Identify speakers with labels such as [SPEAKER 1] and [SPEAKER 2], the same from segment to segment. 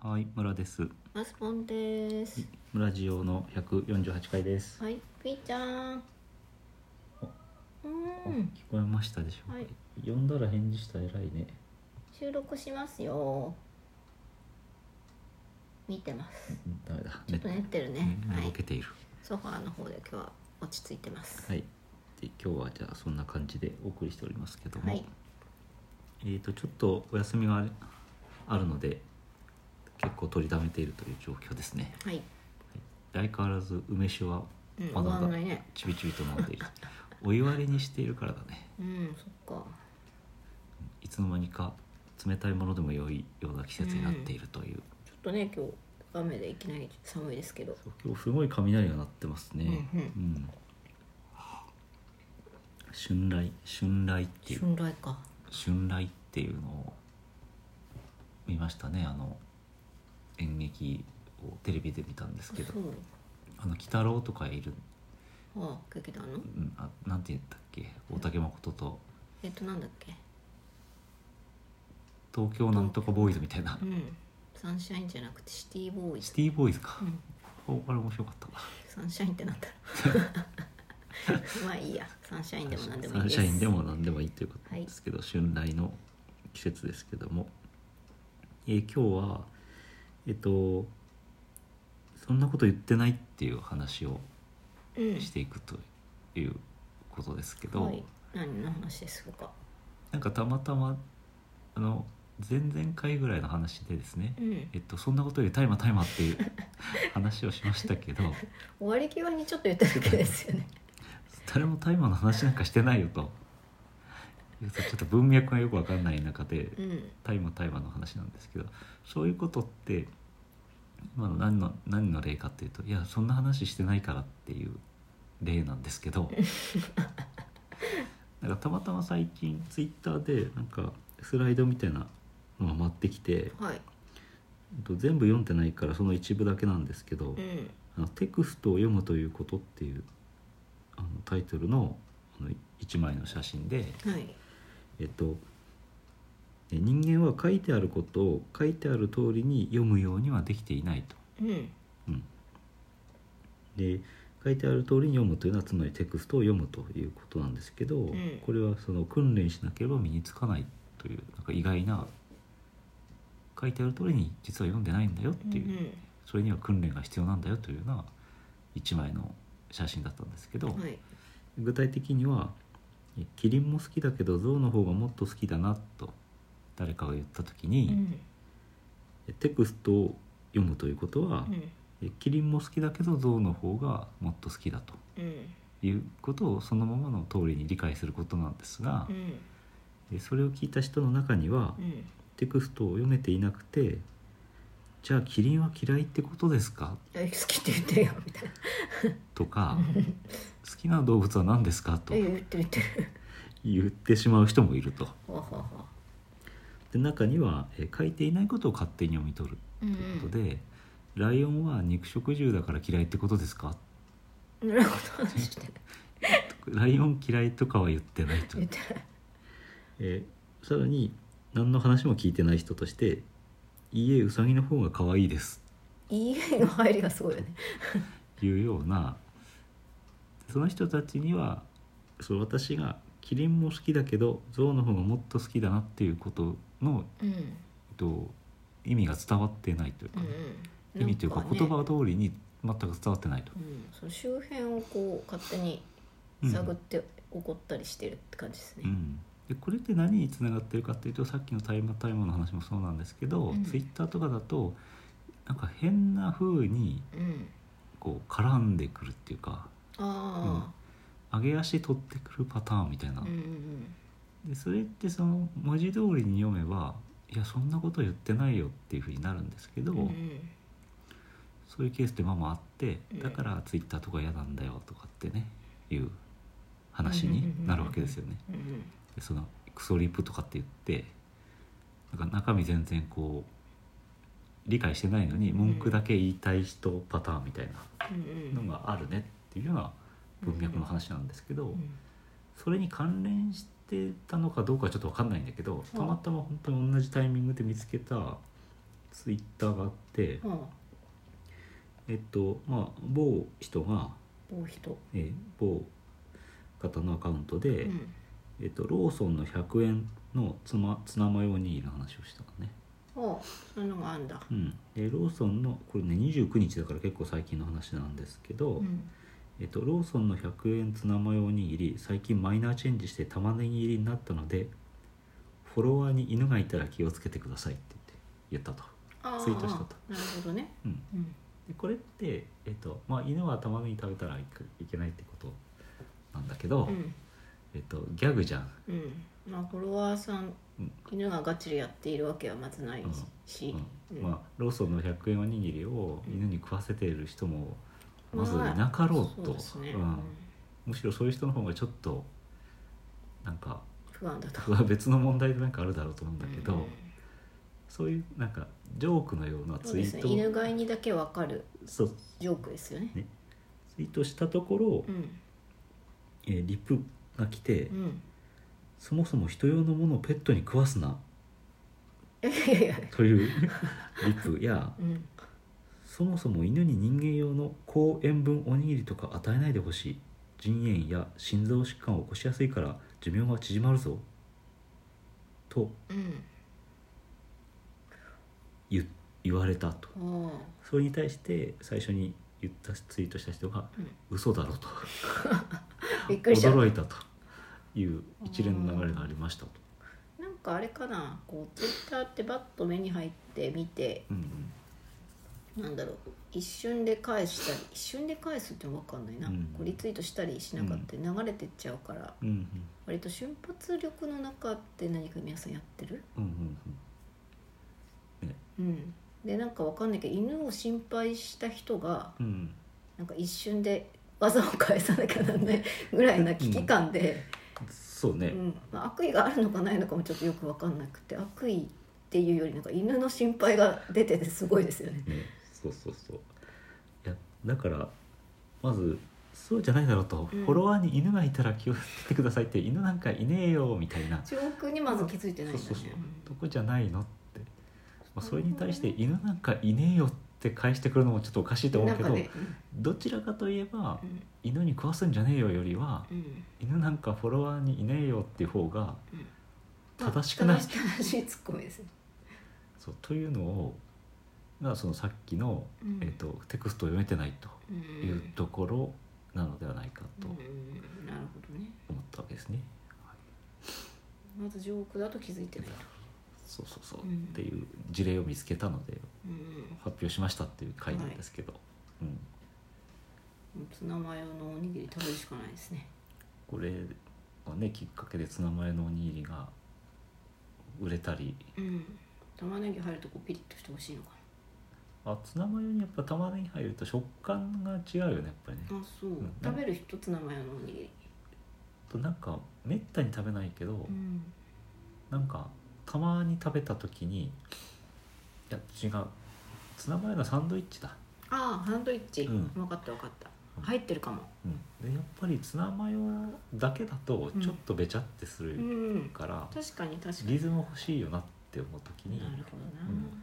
[SPEAKER 1] はい、村です。
[SPEAKER 2] マスポンです。
[SPEAKER 1] 村ジオの148回です。
[SPEAKER 2] はい、ピーちゃん。う
[SPEAKER 1] あ
[SPEAKER 2] ん
[SPEAKER 1] 聞、こえましたでしょうか。
[SPEAKER 2] はい
[SPEAKER 1] 呼んだら返事したら偉いね。
[SPEAKER 2] 収録しますよ。見てます。
[SPEAKER 1] うんダメだ。
[SPEAKER 2] ちょっと
[SPEAKER 1] ね
[SPEAKER 2] 寝てるね
[SPEAKER 1] ね。
[SPEAKER 2] は
[SPEAKER 1] 寝ぼ
[SPEAKER 2] い。
[SPEAKER 1] けている。
[SPEAKER 2] ソファーの方で今日は落ち着いてます。
[SPEAKER 1] はい。で今日はじゃあそんな感じでお送りしておりますけども、
[SPEAKER 2] はい
[SPEAKER 1] えーとちょっとお休みがあるあるので結構取りためているという状況ですね。
[SPEAKER 2] はい。
[SPEAKER 1] はい相変わらず梅酒は
[SPEAKER 2] うん、
[SPEAKER 1] ま
[SPEAKER 2] 終
[SPEAKER 1] だ
[SPEAKER 2] わ
[SPEAKER 1] ま
[SPEAKER 2] ん
[SPEAKER 1] だ
[SPEAKER 2] ないね。
[SPEAKER 1] ちびちびと飲んでいる。お湯割りにしているからだね。
[SPEAKER 2] うん、そっか。
[SPEAKER 1] いつの間にか冷たいものでも良いような季節になっているという。
[SPEAKER 2] ちょっとね、今日雨でいきなり寒いですけど。
[SPEAKER 1] 今日すごい雷が鳴ってますね。
[SPEAKER 2] うんうん
[SPEAKER 1] うん春雷春雷っていう
[SPEAKER 2] 春雷か。
[SPEAKER 1] 春雷っていうのを見ましたねあの演劇をテレビで見たんです
[SPEAKER 2] そ
[SPEAKER 1] けど
[SPEAKER 2] う。
[SPEAKER 1] あの鬼太郎とかいる、
[SPEAKER 2] あ、劇団
[SPEAKER 1] う。
[SPEAKER 2] の
[SPEAKER 1] ん、あなんて言ったっけ大竹誠と
[SPEAKER 2] えっと、なんだっけ。
[SPEAKER 1] 東京なんとかボーイズみたいな
[SPEAKER 2] うん。サンシャインじゃなくて、シティボーイ
[SPEAKER 1] シ
[SPEAKER 2] ズ。
[SPEAKER 1] ティボーイズか
[SPEAKER 2] う、ん。
[SPEAKER 1] ここれ面白かったな
[SPEAKER 2] サンシャインってなんだろう まあいいやサンシャインでもなんでも
[SPEAKER 1] サ
[SPEAKER 2] いいで
[SPEAKER 1] ン
[SPEAKER 2] す
[SPEAKER 1] シャインでも何でもいいということですけど、春雷の季節ですけども、えー今日はえっとそんなこと言ってないっていう話を
[SPEAKER 2] うん
[SPEAKER 1] していくということですけど、
[SPEAKER 2] はい何の話ですか
[SPEAKER 1] なんかたまたまあの前々回ぐらいの話でですね、
[SPEAKER 2] うん
[SPEAKER 1] えっと、そんなことより大麻大麻っていう話をしましたけど
[SPEAKER 2] 終わり際にちょっと言っただけですよね
[SPEAKER 1] 誰も大麻の話なんかしてないよというちょっと文脈がよくわかんない中で
[SPEAKER 2] うん
[SPEAKER 1] 大麻大麻の話なんですけどそういうことって今の何の何の例かっていうといやそんな話してないからっていう例なんですけ どなんかたまたま最近ツイッターでなんかスライドみたいなのが回ってきて
[SPEAKER 2] はい
[SPEAKER 1] えっと全部読んでないからその一部だけなんですけど
[SPEAKER 2] うん
[SPEAKER 1] 「あのテクストを読むということ」っていうあのタイトルのあの1枚の写真で。
[SPEAKER 2] はい
[SPEAKER 1] えっと、え人間は書いてあることを書いてある通りに読むようにはできていないと。
[SPEAKER 2] うん
[SPEAKER 1] うん、で書いてある通りに読むというのはつまりテクストを読むということなんですけど、
[SPEAKER 2] ん
[SPEAKER 1] これはその訓練しなければ身につかないというなんか意外な書いてある通りに実は読んでないんだよっていう、
[SPEAKER 2] うん
[SPEAKER 1] それには訓練が必要なんだよというような一枚の写真だったんですけど。
[SPEAKER 2] うんはい
[SPEAKER 1] 具体的にはえ「キリンも好きだけど象の方がもっと好きだな」と誰かが言った時
[SPEAKER 2] う
[SPEAKER 1] に、
[SPEAKER 2] ん
[SPEAKER 1] えテクストを読むということは
[SPEAKER 2] う、ん
[SPEAKER 1] えキリンも好きだけど象の方がもっと好きだと
[SPEAKER 2] うん
[SPEAKER 1] いうことをそのままの通りに理解することなんですが
[SPEAKER 2] う、ん
[SPEAKER 1] えそれを聞いた人の中には、
[SPEAKER 2] うん
[SPEAKER 1] テクストを読めていなくて「じゃあキリンは嫌いってことですか?
[SPEAKER 2] 大好きって言ってよみたいな」
[SPEAKER 1] と か「好きな動物は何ですか?」と
[SPEAKER 2] え言ってる言ってる
[SPEAKER 1] 言ってしまう人もいると。
[SPEAKER 2] わはは
[SPEAKER 1] で中には、えー書いていないことを勝手に読み取ると
[SPEAKER 2] う
[SPEAKER 1] いうこ
[SPEAKER 2] ん
[SPEAKER 1] とで、ライオンは肉食獣だから嫌いってことですか
[SPEAKER 2] うんなるほど話して
[SPEAKER 1] ライオン嫌いとかは言ってないと
[SPEAKER 2] 言っ、てない
[SPEAKER 1] えーさらに何の話も聞いてない人として「いいえウサギの方が可愛いです
[SPEAKER 2] い い外の入りがすごいよね」
[SPEAKER 1] というようなその人たちにはそう私がキリンも好きだけどゾウの方がもっと好きだなっていうことの、
[SPEAKER 2] うん
[SPEAKER 1] えっと、意味が伝わってないという
[SPEAKER 2] う
[SPEAKER 1] か、
[SPEAKER 2] んうん
[SPEAKER 1] 意味というか
[SPEAKER 2] なんね
[SPEAKER 1] 言葉通りに全く伝わってないと。
[SPEAKER 2] うん、その周辺をこう勝手に探って怒ったりしてるって感じですね。
[SPEAKER 1] うん、でこれって何につながってるかっていうとさっきのタイマータイマーの話もそうなんですけど、
[SPEAKER 2] うん
[SPEAKER 1] ツイッターとかだとなんか変な風に
[SPEAKER 2] うん、
[SPEAKER 1] こう絡んでくるっていうか
[SPEAKER 2] あ
[SPEAKER 1] 上げ足取ってくるパターンみたい
[SPEAKER 2] あ、
[SPEAKER 1] な、
[SPEAKER 2] うん、うん
[SPEAKER 1] でそれってその文字通りに読めばいやそんなこと言ってないよっていう風になるんですけど、
[SPEAKER 2] うん、うんうん、
[SPEAKER 1] そういうケースってまあまああって
[SPEAKER 2] うん
[SPEAKER 1] だからツイッターとか嫌なんだよとかってねいう話になるわけですよね。
[SPEAKER 2] うんうん、
[SPEAKER 1] でそのクソリップとかって言ってなんか中身全然こう理解してないのに文句だけ言いたい人パターンみたいな
[SPEAKER 2] うんう
[SPEAKER 1] の
[SPEAKER 2] ん、
[SPEAKER 1] があるねっていうような文脈の話なんですけど
[SPEAKER 2] うん
[SPEAKER 1] それに関連してたのかどうかはちょっと分かんないんだけどたまたま本当に同じタイミングで見つけたツイッターがあって
[SPEAKER 2] うん
[SPEAKER 1] えっとまあ某人が、
[SPEAKER 2] 某人
[SPEAKER 1] えー某方のアカウントで、
[SPEAKER 2] うん
[SPEAKER 1] えっと、ローソンの100円のツマツナマヨおにぎりの話をしたのね、
[SPEAKER 2] あそういうのがあんだ
[SPEAKER 1] うん、でローソンのこれね29日だから結構最近の話なんですけど、
[SPEAKER 2] うん
[SPEAKER 1] えっと、ローソンの100円ツナマヨおにぎり最近マイナーチェンジして玉ねぎ入りになったのでフォロワーに犬がいたら気をつけてくださいって言って言ったと。
[SPEAKER 2] あ
[SPEAKER 1] ツイートしたと
[SPEAKER 2] なるほどね
[SPEAKER 1] うん
[SPEAKER 2] うん
[SPEAKER 1] でこれって、えっとまあ、犬は玉ねぎ食べたらいけないってことなんだけど、
[SPEAKER 2] うん
[SPEAKER 1] えっと、ギャグじゃん
[SPEAKER 2] うんまあフォロワーさん
[SPEAKER 1] うん
[SPEAKER 2] 犬がガチでやっているわけはまずないし
[SPEAKER 1] うん
[SPEAKER 2] うん
[SPEAKER 1] まあ、ローソンの100円おにぎりを犬に食わせている人もまずいなかろうと、
[SPEAKER 2] そうですね
[SPEAKER 1] うんむしろそういう人の方がちょっとなんか
[SPEAKER 2] 不安だと
[SPEAKER 1] 僕は別の問題でなんかあるだろうと思うんだけど、
[SPEAKER 2] うん
[SPEAKER 1] そういうなんかジョークのような
[SPEAKER 2] そう
[SPEAKER 1] ツイ
[SPEAKER 2] です
[SPEAKER 1] ー
[SPEAKER 2] ね
[SPEAKER 1] ト
[SPEAKER 2] 犬飼いにだけわかる
[SPEAKER 1] そう
[SPEAKER 2] ジョークですよね
[SPEAKER 1] ツイートしたところ、
[SPEAKER 2] うん
[SPEAKER 1] えーリプが来て、
[SPEAKER 2] うん
[SPEAKER 1] そもそも人用のものをペットに食わすない
[SPEAKER 2] やいやいや
[SPEAKER 1] という リプや
[SPEAKER 2] うん
[SPEAKER 1] そもそも犬に人間用の高塩分おにぎりとか与えないでほしい腎炎や心臓疾患を起こしやすいから寿命が縮まるぞと
[SPEAKER 2] うん
[SPEAKER 1] 言言われたと
[SPEAKER 2] あ
[SPEAKER 1] それに対して最初に言ったツイートした人が
[SPEAKER 2] う
[SPEAKER 1] 「
[SPEAKER 2] ん
[SPEAKER 1] 嘘だろ」と
[SPEAKER 2] あびっくりした
[SPEAKER 1] 驚いたという一連の流れがありましたと。
[SPEAKER 2] なんかあれかなこうツイッターってバッと目に入って見て
[SPEAKER 1] うんうん
[SPEAKER 2] なんだろう一瞬で返したり一瞬で返すって分かんないな、
[SPEAKER 1] うん
[SPEAKER 2] こうリツイートしたりしなかったり流れてっちゃうから、
[SPEAKER 1] うんうん
[SPEAKER 2] 割と瞬発力の中って何か皆さんやってる
[SPEAKER 1] うんうん
[SPEAKER 2] うんでなんか分かんないけど犬を心配した人が
[SPEAKER 1] うんうん
[SPEAKER 2] なんか一瞬で技を返さなきゃなんないぐらいな危機感で、
[SPEAKER 1] そう
[SPEAKER 2] う
[SPEAKER 1] ね、
[SPEAKER 2] んまあ、悪意があるのかないのかもちょっとよく分かんなくて悪意っていうよりなんか犬の心配が出ててすごいですよね。
[SPEAKER 1] ね、そうそうそういやだからまずそうじゃないだろうと、
[SPEAKER 2] うん
[SPEAKER 1] フォロワーに犬がいたら気をつけてくださいって犬なんかいねえよみたいな
[SPEAKER 2] 上空にまず気づいてないんだね。
[SPEAKER 1] そうそうそうどこじゃないのって、まあ、それに対して犬なんかいねえよって返してくるのもちょっとおかしいと思
[SPEAKER 2] な
[SPEAKER 1] うんけ
[SPEAKER 2] か
[SPEAKER 1] ど、
[SPEAKER 2] ね、
[SPEAKER 1] どちらかといえば
[SPEAKER 2] うん
[SPEAKER 1] 犬に食わすんじゃねえよよりは
[SPEAKER 2] うん
[SPEAKER 1] 犬なんかフォロワーにいねえよっていう方が
[SPEAKER 2] うん
[SPEAKER 1] 正しくない
[SPEAKER 2] まあ正しいツッコミですね。
[SPEAKER 1] そうというのをがそのさっきの、
[SPEAKER 2] うん
[SPEAKER 1] えっとテクストを読めてないと。
[SPEAKER 2] うん
[SPEAKER 1] いうところなのではないかと
[SPEAKER 2] うんなるほどね。
[SPEAKER 1] 思ったわけですね。はい
[SPEAKER 2] まず上空だと気づいてないと。
[SPEAKER 1] そうそうそう、
[SPEAKER 2] うん
[SPEAKER 1] っていう事例を見つけたので
[SPEAKER 2] うん
[SPEAKER 1] 発表しましたっていう回なんですけど、うん、
[SPEAKER 2] ツナマヨのおにぎり食べるしかないですね。
[SPEAKER 1] これはねきっかけでツナマヨのおにぎりが売れたり
[SPEAKER 2] うん。玉ねぎ入るとこうピリッとしてほしいのか
[SPEAKER 1] あツナマヨにやっぱ玉ねぎ入ると食感が違うよねやっぱりね。
[SPEAKER 2] な。あ、そう。
[SPEAKER 1] ん
[SPEAKER 2] 食べる人ツナマヨのおにぎり。
[SPEAKER 1] となんかめったに食べないけど、
[SPEAKER 2] うん。
[SPEAKER 1] なんかたまに食べた時にいや違うツナマヨのサンドイッチだ
[SPEAKER 2] ああ、サンドイッチ。
[SPEAKER 1] うん
[SPEAKER 2] 分かった分かった
[SPEAKER 1] う。ん
[SPEAKER 2] 入ってるかも。
[SPEAKER 1] でやっぱりツナマヨだけだと
[SPEAKER 2] うん
[SPEAKER 1] ちょっとべちゃってす
[SPEAKER 2] う
[SPEAKER 1] る
[SPEAKER 2] ん。
[SPEAKER 1] から、
[SPEAKER 2] 確かに確かに。
[SPEAKER 1] リズム欲しいよなって思う時に
[SPEAKER 2] なるほどな、
[SPEAKER 1] うん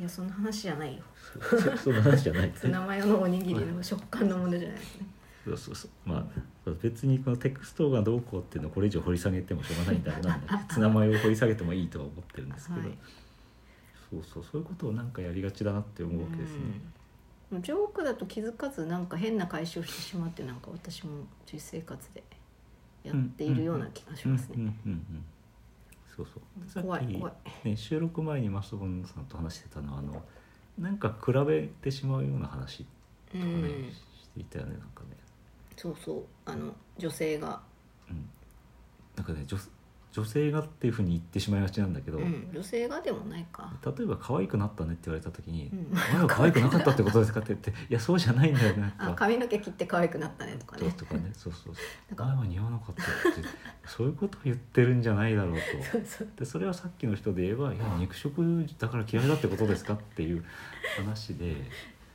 [SPEAKER 2] いやそんな話じゃないよ
[SPEAKER 1] そそんな話じゃない
[SPEAKER 2] ツナマヨのおにぎりの食感のものじゃな いですね
[SPEAKER 1] そうそうそうまあ別にこのテクストがどうこうっていうのをこれ以上掘り下げてもしょうがないんだろう なツナマヨを掘り下げてもいいとは思ってるんですけど、
[SPEAKER 2] はい
[SPEAKER 1] そうそうそういうことをなんかやりがちだなって思うわけですね。
[SPEAKER 2] うんジョークだと気づかずなんか変な返しをしてしまってなんか私も実生活でやっているような気がし
[SPEAKER 1] うんう
[SPEAKER 2] ま
[SPEAKER 1] ん
[SPEAKER 2] す
[SPEAKER 1] う
[SPEAKER 2] ね、
[SPEAKER 1] んうんそうそうさっき
[SPEAKER 2] 怖い怖い
[SPEAKER 1] ね、収録前にマスボンさんと話してたのはあのなんか比べてしまうような話と
[SPEAKER 2] う
[SPEAKER 1] かね、
[SPEAKER 2] ん
[SPEAKER 1] していたよねなんかね、
[SPEAKER 2] そうそうあの女性が、
[SPEAKER 1] うん、なんかね女女性がっていうふうに言ってしまいがちなんだけど、
[SPEAKER 2] うん、女性がでもないか、
[SPEAKER 1] 例えば可愛くなったねって言われた時に
[SPEAKER 2] う
[SPEAKER 1] 「
[SPEAKER 2] ん、
[SPEAKER 1] お前は可愛くなかったってことですか?」って言って「いやそうじゃないんだよね」
[SPEAKER 2] あ
[SPEAKER 1] とか。
[SPEAKER 2] 髪の毛切って可愛くなったねとかね
[SPEAKER 1] とかねそうそうそう
[SPEAKER 2] なん
[SPEAKER 1] 前
[SPEAKER 2] か
[SPEAKER 1] は似合わなかったってそういうことを言ってるんじゃないだ ろうと
[SPEAKER 2] そうそう
[SPEAKER 1] でそれはさっきの人で言えば「いや肉食だから嫌いだってことですか?」っていう話で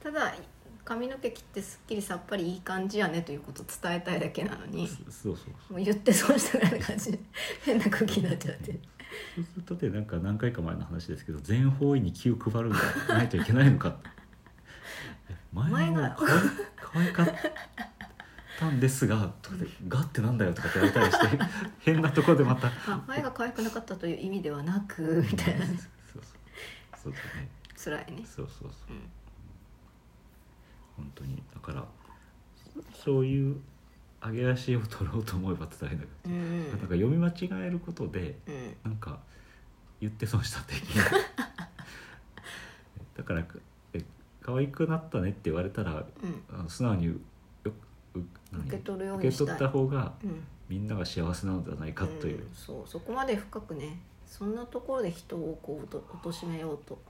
[SPEAKER 2] ただ髪の毛切ってすっきりさっぱりいい感じやねということを伝えたいだけなのに
[SPEAKER 1] そそうそう
[SPEAKER 2] もう言って損したぐらいな感じで変な空気になっちゃって
[SPEAKER 1] そうするとねなんか何回か前の話ですけど全方位に気を配るんじゃないといけないのか え前
[SPEAKER 2] 前
[SPEAKER 1] の
[SPEAKER 2] が
[SPEAKER 1] 可愛可愛かったんですがとかで「が」ってなんだよとかって言われたりして 変なところでまた
[SPEAKER 2] あ前が可愛くなかったという意味ではなくみたいな
[SPEAKER 1] そうそうそうだね
[SPEAKER 2] 辛いね
[SPEAKER 1] そうそうそう、
[SPEAKER 2] うん
[SPEAKER 1] 本当にだからそそういう揚げ足を取ろうと思えば辛いんだけ
[SPEAKER 2] う
[SPEAKER 1] ど、
[SPEAKER 2] ん
[SPEAKER 1] なんか読み間違えることで
[SPEAKER 2] うんうん
[SPEAKER 1] なんか言って損したって気が だからえ可愛くなったねって言われたら
[SPEAKER 2] うん
[SPEAKER 1] あの素直にうよう何
[SPEAKER 2] 受け取るよう
[SPEAKER 1] 受
[SPEAKER 2] に
[SPEAKER 1] け
[SPEAKER 2] し
[SPEAKER 1] 取
[SPEAKER 2] た
[SPEAKER 1] っ
[SPEAKER 2] い
[SPEAKER 1] た方が
[SPEAKER 2] うん
[SPEAKER 1] みんなが幸せなのではないかという、
[SPEAKER 2] うんそうそこまで深くねそんなところで人をこうおと貶としめようと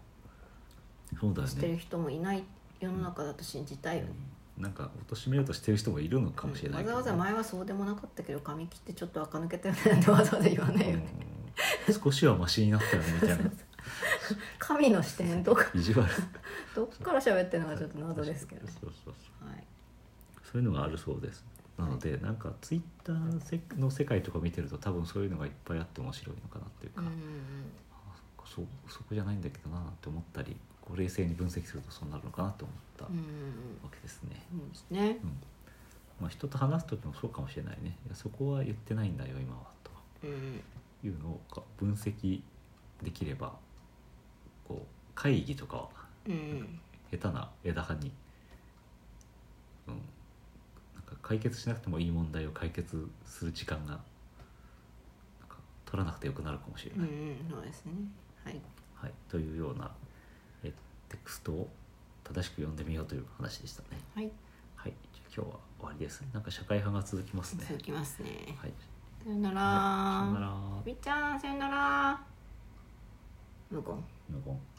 [SPEAKER 1] そうだよ
[SPEAKER 2] してる
[SPEAKER 1] ね
[SPEAKER 2] 人もいない世の中だと信じたいよね、
[SPEAKER 1] なんか貶めようとしてる人もいるのかもしれないけどね、
[SPEAKER 2] わざわざ前はそうでもなかったけど髪切ってちょっと垢抜けたよねなんてわざわざ言わないよね、
[SPEAKER 1] うん少しはマシになったよね みたいな
[SPEAKER 2] 神の視点とか
[SPEAKER 1] 意地悪
[SPEAKER 2] どっから喋ってるのかちょっと謎ですけど、ね、
[SPEAKER 1] そうそうそう
[SPEAKER 2] はい
[SPEAKER 1] そういうのがあるそうですなのでなんかツイッターの世界とか見てると多分そういうのがいっぱいあって面白いのかなっていう
[SPEAKER 2] う
[SPEAKER 1] か、
[SPEAKER 2] んうん
[SPEAKER 1] あそこそそこじゃないんだけどなって思ったりこう冷静に分析するとそうなるのかなと思ったわ
[SPEAKER 2] うん
[SPEAKER 1] けですね、
[SPEAKER 2] うんうんですね
[SPEAKER 1] うんまあ、人と話す時もそうかもしれないねいやそこは言ってないんだよ今はと
[SPEAKER 2] うん
[SPEAKER 1] いうのをこう分析できればこう会議とかは
[SPEAKER 2] うん
[SPEAKER 1] 下手な枝葉に、うん、なんか解決しなくてもいい問題を解決する時間がなんか取らなくてよくなるかもしれ
[SPEAKER 2] うんう
[SPEAKER 1] ない。
[SPEAKER 2] んそうですねはい
[SPEAKER 1] はい、というようなえテクストを正しく読んでみようという話でしたね。
[SPEAKER 2] はい
[SPEAKER 1] はい、じゃあ今日は終わりです。なんか社会派が続きますね。
[SPEAKER 2] 続きますね
[SPEAKER 1] はい、
[SPEAKER 2] さよなら
[SPEAKER 1] さよなら。
[SPEAKER 2] みっちゃんさよなら無言
[SPEAKER 1] 無言